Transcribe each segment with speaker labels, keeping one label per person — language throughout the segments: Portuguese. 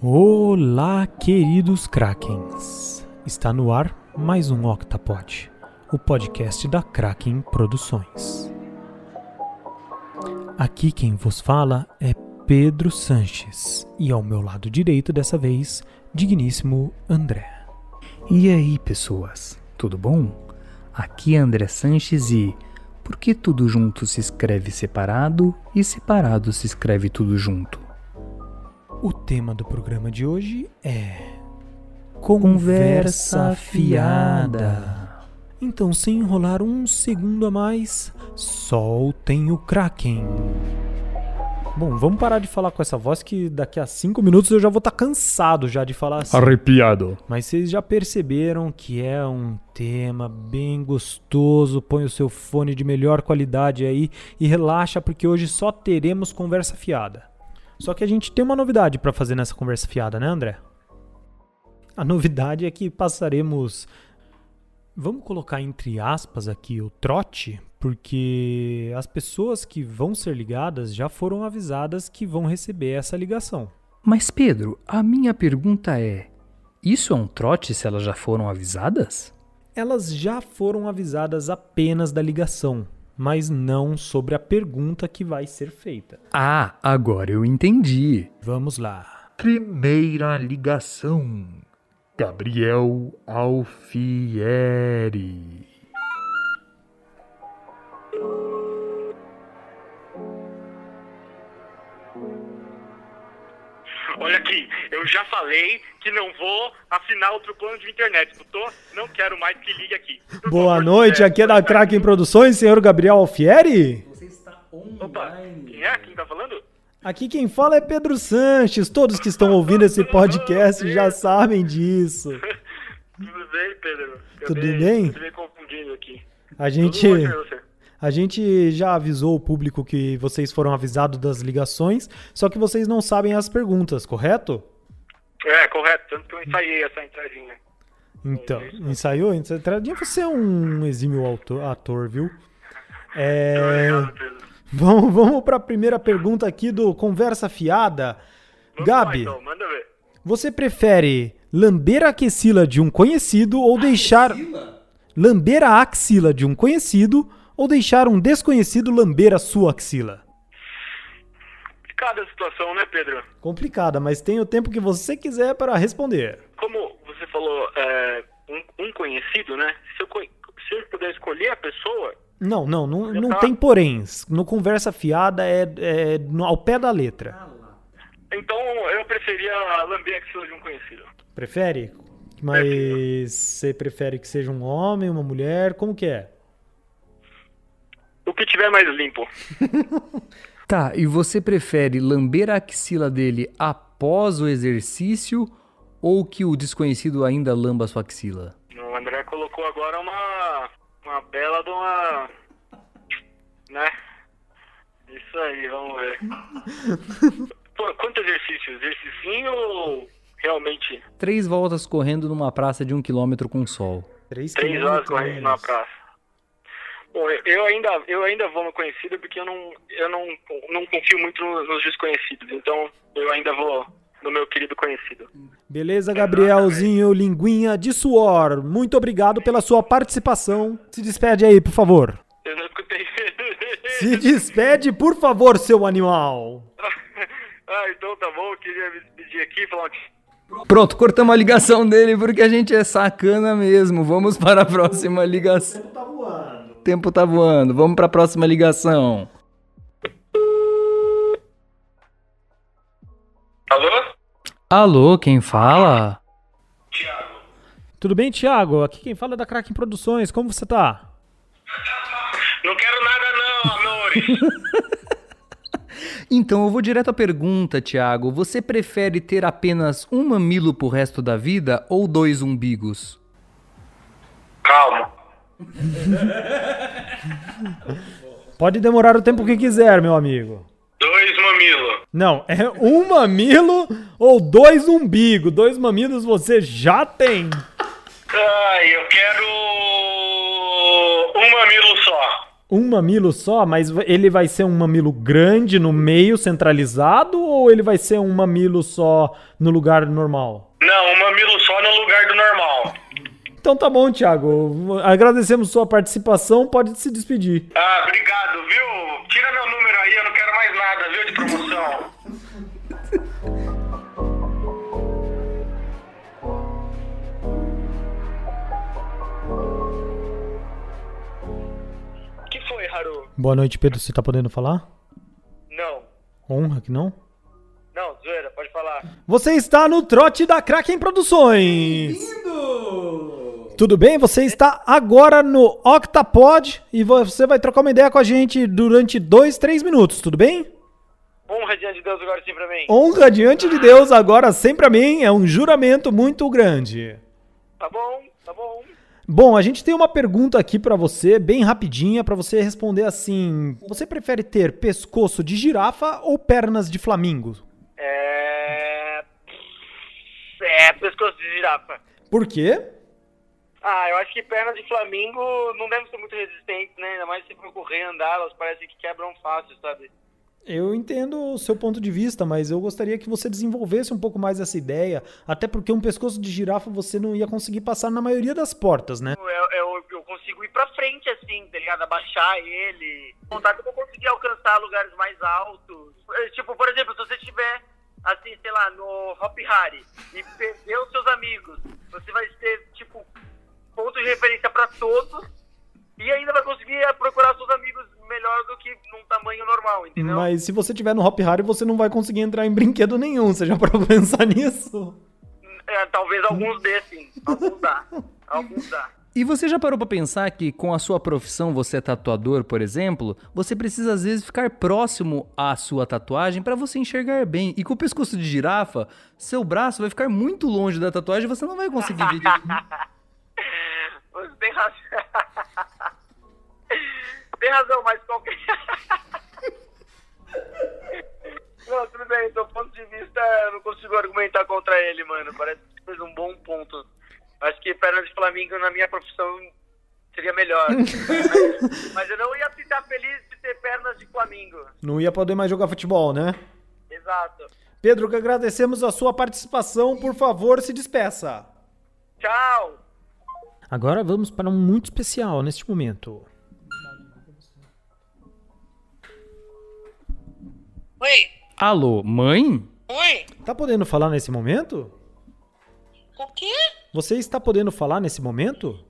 Speaker 1: Olá, queridos Krakens! Está no ar mais um Octapod, o podcast da Kraken Produções. Aqui quem vos fala é Pedro Sanches e ao meu lado direito dessa vez, digníssimo André.
Speaker 2: E aí, pessoas, tudo bom? Aqui é André Sanches e por que tudo junto se escreve separado e separado se escreve tudo junto?
Speaker 1: O tema do programa de hoje é
Speaker 2: Conversa fiada.
Speaker 1: Então, sem enrolar um segundo a mais, soltem o Kraken. Bom, vamos parar de falar com essa voz que daqui a cinco minutos eu já vou estar cansado já de falar assim.
Speaker 2: Arrepiado.
Speaker 1: Mas vocês já perceberam que é um tema bem gostoso. Põe o seu fone de melhor qualidade aí e relaxa, porque hoje só teremos conversa fiada. Só que a gente tem uma novidade para fazer nessa conversa fiada, né, André? A novidade é que passaremos. Vamos colocar entre aspas aqui o trote, porque as pessoas que vão ser ligadas já foram avisadas que vão receber essa ligação.
Speaker 2: Mas Pedro, a minha pergunta é: isso é um trote se elas já foram avisadas?
Speaker 1: Elas já foram avisadas apenas da ligação, mas não sobre a pergunta que vai ser feita.
Speaker 2: Ah, agora eu entendi.
Speaker 1: Vamos lá.
Speaker 3: Primeira ligação. Gabriel Alfieri.
Speaker 4: Olha aqui, eu já falei que não vou assinar outro plano de internet, não tô? Não quero mais que ligue aqui. Por
Speaker 1: Boa
Speaker 4: favor,
Speaker 1: noite,
Speaker 4: é,
Speaker 1: aqui é da Kraken Produções, senhor Gabriel Alfieri.
Speaker 4: Opa, quem é? Quem tá falando?
Speaker 1: Aqui quem fala é Pedro Sanches. Todos que estão ouvindo esse podcast já sabem disso.
Speaker 4: Tudo bem, Pedro? Eu
Speaker 1: Tudo
Speaker 4: dei-
Speaker 1: bem?
Speaker 4: eu tô me confundindo aqui.
Speaker 1: A gente,
Speaker 4: Tudo bom com você?
Speaker 1: a gente já avisou o público que vocês foram avisados das ligações, só que vocês não sabem as perguntas, correto?
Speaker 4: É, correto, tanto que eu ensaiei essa entradinha.
Speaker 1: Então, ensaiou? Entradinha, você é um exímio auto- ator, viu? É,
Speaker 4: Obrigado, Pedro.
Speaker 1: vamos vamos para a primeira pergunta aqui do Conversa Fiada.
Speaker 4: Vamos lá,
Speaker 1: Gabi,
Speaker 4: então, manda ver.
Speaker 1: Você prefere lamber a axila de um conhecido ou deixar. Lamber a axila de um conhecido ou deixar um desconhecido lamber a sua axila?
Speaker 4: Cada situação, né, Pedro?
Speaker 1: Complicada, mas tem o tempo que você quiser para responder.
Speaker 4: Como você falou, é, um, um conhecido, né? Se eu, co- se eu puder escolher a pessoa,
Speaker 1: Não, não, não,
Speaker 4: Já
Speaker 1: não
Speaker 4: tá.
Speaker 1: tem poréns. No conversa fiada é, é no- ao pé da letra.
Speaker 4: então eu preferia lamber a axila de um conhecido.
Speaker 1: Prefere? Mas você prefere que seja um homem, uma mulher? Como que é?
Speaker 4: O que tiver mais limpo.
Speaker 2: Tá, e você prefere lamber a axila dele após o exercício ou que o desconhecido ainda lamba a sua axila?
Speaker 4: O André colocou agora uma, uma bela de uma. Né? Isso aí, vamos ver. Pô, quanto exercício? Exercício ou realmente
Speaker 2: Três voltas correndo numa praça de um quilômetro com sol.
Speaker 1: Três,
Speaker 4: três horas
Speaker 1: quilômetros.
Speaker 4: correndo na praça? Bom, eu- eu ainda, eu ainda vou no conhecido porque eu não, eu não, não confio muito no- nos desconhecidos. Então eu ainda vou no meu querido conhecido.
Speaker 1: Beleza, Gabrielzinho, linguinha de suor. Muito obrigado pela sua participação. Se despede aí, por favor.
Speaker 4: Eu não escutei.
Speaker 1: Se despede, por favor, seu animal.
Speaker 4: ah, então tá bom, eu queria me despedir aqui e falar um que.
Speaker 2: Pronto, cortamos a ligação dele porque a gente é sacana mesmo. Vamos para a próxima ligação. O tempo tá voando. O tempo tá voando. Vamos para a próxima ligação.
Speaker 4: Alô?
Speaker 2: Alô, quem fala?
Speaker 4: Tiago.
Speaker 1: Tudo bem, Thiago? Aqui quem fala é da Kraken Produções. Como você tá?
Speaker 4: Não quero nada não, amores.
Speaker 2: Então, eu vou direto à pergunta, Thiago. Você prefere ter apenas um mamilo pro resto da vida ou dois umbigos?
Speaker 4: Calma.
Speaker 1: Pode demorar o tempo que quiser, meu amigo.
Speaker 4: Dois mamilo.
Speaker 1: Não, é um mamilo ou dois umbigo. Dois mamilos você já tem.
Speaker 4: Ai, eu quero um mamilo só.
Speaker 1: Um mamilo só, mas ele vai ser um mamilo grande no meio, centralizado, ou ele vai ser um mamilo só no lugar normal?
Speaker 4: Não, um mamilo só no lugar do normal.
Speaker 1: Então tá bom, Thiago. Agradecemos sua participação, pode se despedir.
Speaker 4: Ah, obrigado, viu? Tira meu número aí, eu não quero mais nada, viu, de promoção. que foi, Haru?
Speaker 1: Boa noite, Pedro. Você tá podendo falar?
Speaker 4: Não,
Speaker 1: Honra que não?
Speaker 4: não, zoeira, pode falar.
Speaker 1: Você está no trote da Kraken Produções. Tudo bem? Você está agora no Octapod e você vai trocar uma ideia com a gente durante dois, três minutos, tudo bem?
Speaker 4: Honra diante de Deus agora sim pra mim.
Speaker 1: Honra diante de Deus agora sempre a mim é um juramento muito grande.
Speaker 4: Tá bom, tá bom.
Speaker 1: Bom, a gente tem uma pergunta aqui pra você, bem rapidinha, pra você responder assim: você prefere ter pescoço de girafa ou pernas de flamingo?
Speaker 4: É. É, pescoço de girafa.
Speaker 1: Por quê?
Speaker 4: Ah, eu acho que pernas de flamingo não devem ser muito resistentes, né? Ainda mais se for correr e andar, elas parecem que quebram fácil, sabe?
Speaker 1: Eu entendo o seu ponto de vista, mas eu gostaria que você desenvolvesse um pouco mais essa ideia, até porque um pescoço de girafa você não ia conseguir passar na maioria das portas, né?
Speaker 4: Eu, eu, eu consigo ir pra frente, assim, tá ligado? Abaixar ele. Vontade que eu conseguir alcançar lugares mais altos. Eh, Tipo, por exemplo, se você estiver, assim, sei lá, no Hop Hari e perder os seus amigos, você vai ter, tipo, ponto de referência pra todos e ainda vai conseguir eh, procurar seus amigos melhor do que num tamanho normal, entendeu?
Speaker 1: Mas se você tiver no Hop Harry, você não vai conseguir entrar em brinquedo nenhum. Você já parou pra pensar nisso?
Speaker 4: É, talvez alguns dê, sim. Alguns dá. Alguns dá.
Speaker 2: E você já parou pra pensar que com a sua profissão, você é tatuador, por exemplo, você precisa às vezes ficar próximo à sua tatuagem pra você enxergar bem. E com o pescoço de girafa, seu braço vai ficar muito longe da tatuagem e você não vai conseguir ver.
Speaker 4: Você tem razão. tem razão, mas qualquer. não, tudo bem, do ponto de vista, eu não consigo argumentar contra ele, mano. Parece que fez um bom ponto. Acho que perna de Flamengo na minha profissão seria melhor. mas eu não ia ficar feliz de ter pernas de Flamengo.
Speaker 1: Não ia poder mais jogar futebol, né?
Speaker 4: Exato.
Speaker 1: Pedro, que agradecemos a sua participação. Por favor, se despeça.
Speaker 4: Tchau!
Speaker 1: Agora vamos para um muito especial neste momento.
Speaker 5: Oi,
Speaker 2: Alô, mãe?
Speaker 5: oi,
Speaker 1: Tá podendo falar nesse momento?
Speaker 5: o quê?
Speaker 1: Você está podendo falar nesse momento?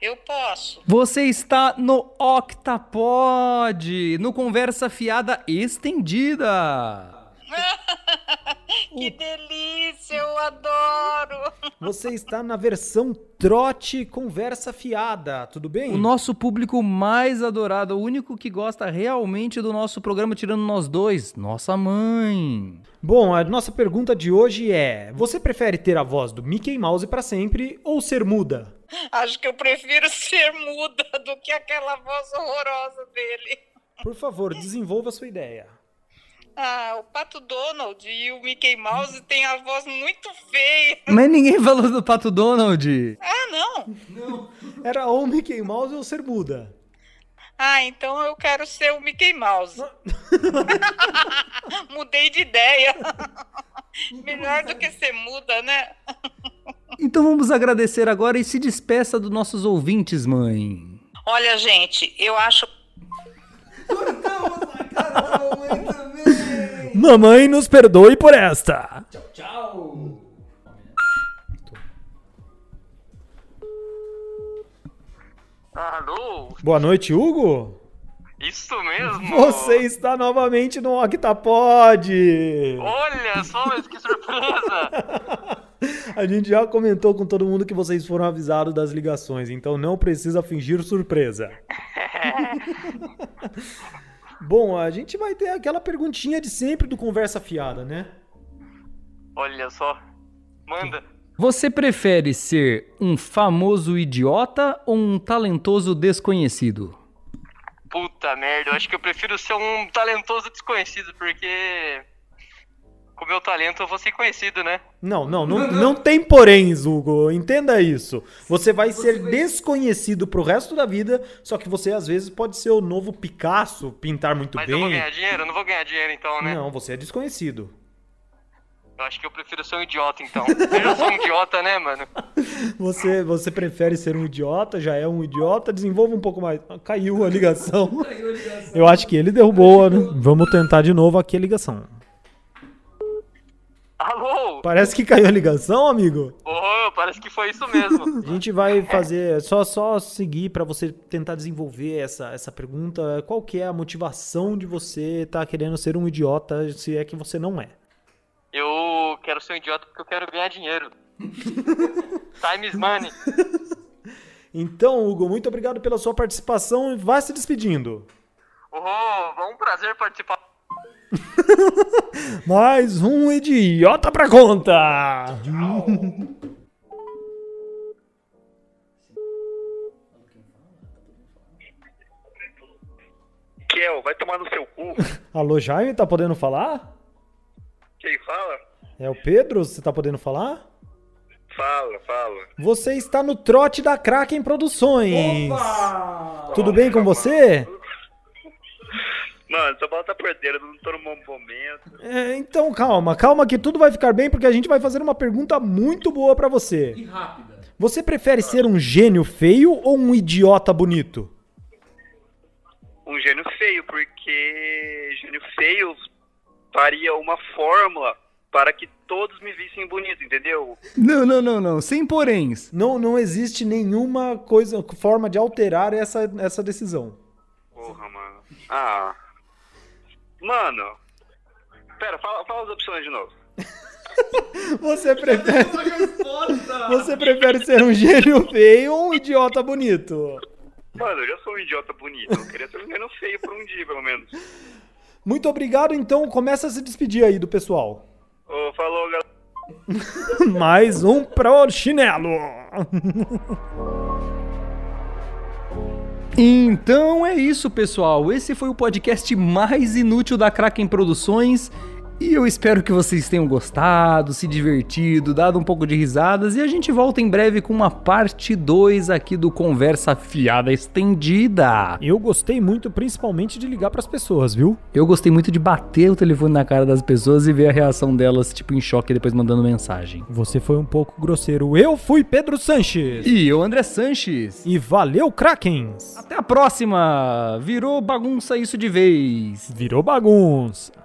Speaker 5: Eu posso.
Speaker 2: Você está no Octapod, no Conversa Fiada Estendida.
Speaker 5: Que delícia, eu adoro.
Speaker 1: Você está na versão trote conversa fiada, tudo bem?
Speaker 2: O nosso público mais adorado, o único que gosta realmente do nosso programa, tirando nós dois, nossa mãe.
Speaker 1: Bom, a nossa pergunta de hoje é: você prefere ter a voz do Mickey Mouse para sempre ou ser muda?
Speaker 5: Acho que eu prefiro ser muda do que aquela voz horrorosa dele.
Speaker 1: Por favor, desenvolva a sua ideia.
Speaker 5: Ah, o Pato Donald e o Mickey Mouse têm a voz muito feia.
Speaker 2: Mas ninguém falou do Pato Donald.
Speaker 5: Ah, não.
Speaker 1: Era ou Mickey Mouse ou ser muda?
Speaker 5: Ah, então eu quero ser o Mickey Mouse. Mudei de ideia. Melhor do que ser muda, né?
Speaker 2: Então vamos agradecer agora e se despeça dos nossos ouvintes, mãe.
Speaker 5: Olha, gente, eu acho
Speaker 1: Mamãe nos perdoe por esta.
Speaker 4: Alô?
Speaker 1: Boa noite, Hugo.
Speaker 4: Isso mesmo?
Speaker 1: Você está novamente no Octapod.
Speaker 4: Olha só, mas que surpresa!
Speaker 1: A gente já comentou com todo mundo que vocês foram avisados das ligações, então não precisa fingir surpresa. Bom, a gente vai ter aquela perguntinha de sempre do conversa fiada, né?
Speaker 4: Olha só. Manda.
Speaker 2: Você prefere ser um famoso idiota ou um talentoso desconhecido?
Speaker 4: Puta merda, eu acho que eu prefiro ser um talentoso desconhecido, porque.
Speaker 6: com o meu talento eu vou ser conhecido, né?
Speaker 1: Não, não, não, não tem porém, Hugo. Entenda isso. Você vai ser desconhecido pro resto da vida, só que você às vezes pode ser o novo Picasso, pintar muito
Speaker 4: é
Speaker 6: Mas eu vou
Speaker 1: bem.
Speaker 6: ganhar dinheiro? Eu não vou ganhar dinheiro então, né?
Speaker 1: Não, você é desconhecido.
Speaker 6: Eu acho que eu prefiro ser um idiota então. Eu já sou um idiota, né, mano?
Speaker 1: Você, você prefere ser um idiota, já é um idiota, desenvolva um pouco mais. Ah, Caiu a ligação. Eu acho que ele derrubou. a- Vamos tentar de novo aqui a ligação.
Speaker 6: Alô?
Speaker 1: Parece que caiu a ligação, amigo.
Speaker 6: Oh, parece que foi isso mesmo.
Speaker 1: A gente vai fazer é só só seguir pra você tentar desenvolver essa, essa pergunta. Qual que é a motivação de você estar querendo ser um idiota se é que você não é?
Speaker 6: Eu quero ser um idiota porque eu quero ganhar dinheiro. Time is money.
Speaker 1: Então, Hugo, muito obrigado pela sua participação e vá se despedindo.
Speaker 6: Oh, foi um prazer participar.
Speaker 1: Mais um idiota pra conta.
Speaker 4: Kel, vai tomar no seu cu.
Speaker 1: Alô, Jaime, tá podendo falar?
Speaker 4: Quem fala?
Speaker 1: É o Pedro, você tá podendo falar?
Speaker 4: Fala, fala.
Speaker 1: Você está no trote da Kraken Produções. Tudo bem com você?
Speaker 4: Mano, São Paulo tá perdendo, não tô no bom momento.
Speaker 1: É, então calma, calma que tudo vai ficar bem porque a gente vai fazer uma pergunta muito boa pra você. E rápida. Você prefere ser um gênio feio ou um idiota bonito?
Speaker 4: Um gênio feio, porque gênio feio faria uma fórmula para que todos me vissem bonito, entendeu?
Speaker 2: Não, não, não, não. Sem poréns.
Speaker 1: Não, não existe nenhuma coisa, forma de alterar essa, essa decisão.
Speaker 4: Porra, mano. Ah. Mano. Pera, fala, fala as opções de novo.
Speaker 1: Você prefere. Você prefere ser um gênio feio ou um idiota bonito?
Speaker 4: Mano, eu já sou um idiota bonito. Eu queria ser um gênio feio por um dia, pelo menos.
Speaker 1: Muito obrigado, então começa a se despedir aí do pessoal.
Speaker 4: Ô, falou, galera.
Speaker 1: Mais um pro chinelo.
Speaker 2: Então é isso, pessoal. Esse foi o podcast mais inútil da Kraken Produções. E eu espero que vocês tenham gostado, se divertido, dado um pouco de risadas. E a gente volta em breve com uma parte 2 aqui do Conversa Fiada Estendida.
Speaker 1: Eu gostei muito, principalmente de ligar pras pessoas, viu?
Speaker 2: Eu gostei muito de bater o telefone na cara das pessoas e ver a reação delas, tipo, em choque e depois mandando mensagem.
Speaker 1: Você foi um pouco grosseiro. Eu fui Pedro Sanches.
Speaker 2: E eu, André Sanches.
Speaker 1: E valeu, Krakens.
Speaker 2: Até a próxima! Virou bagunça isso de vez.
Speaker 1: Virou bagunça.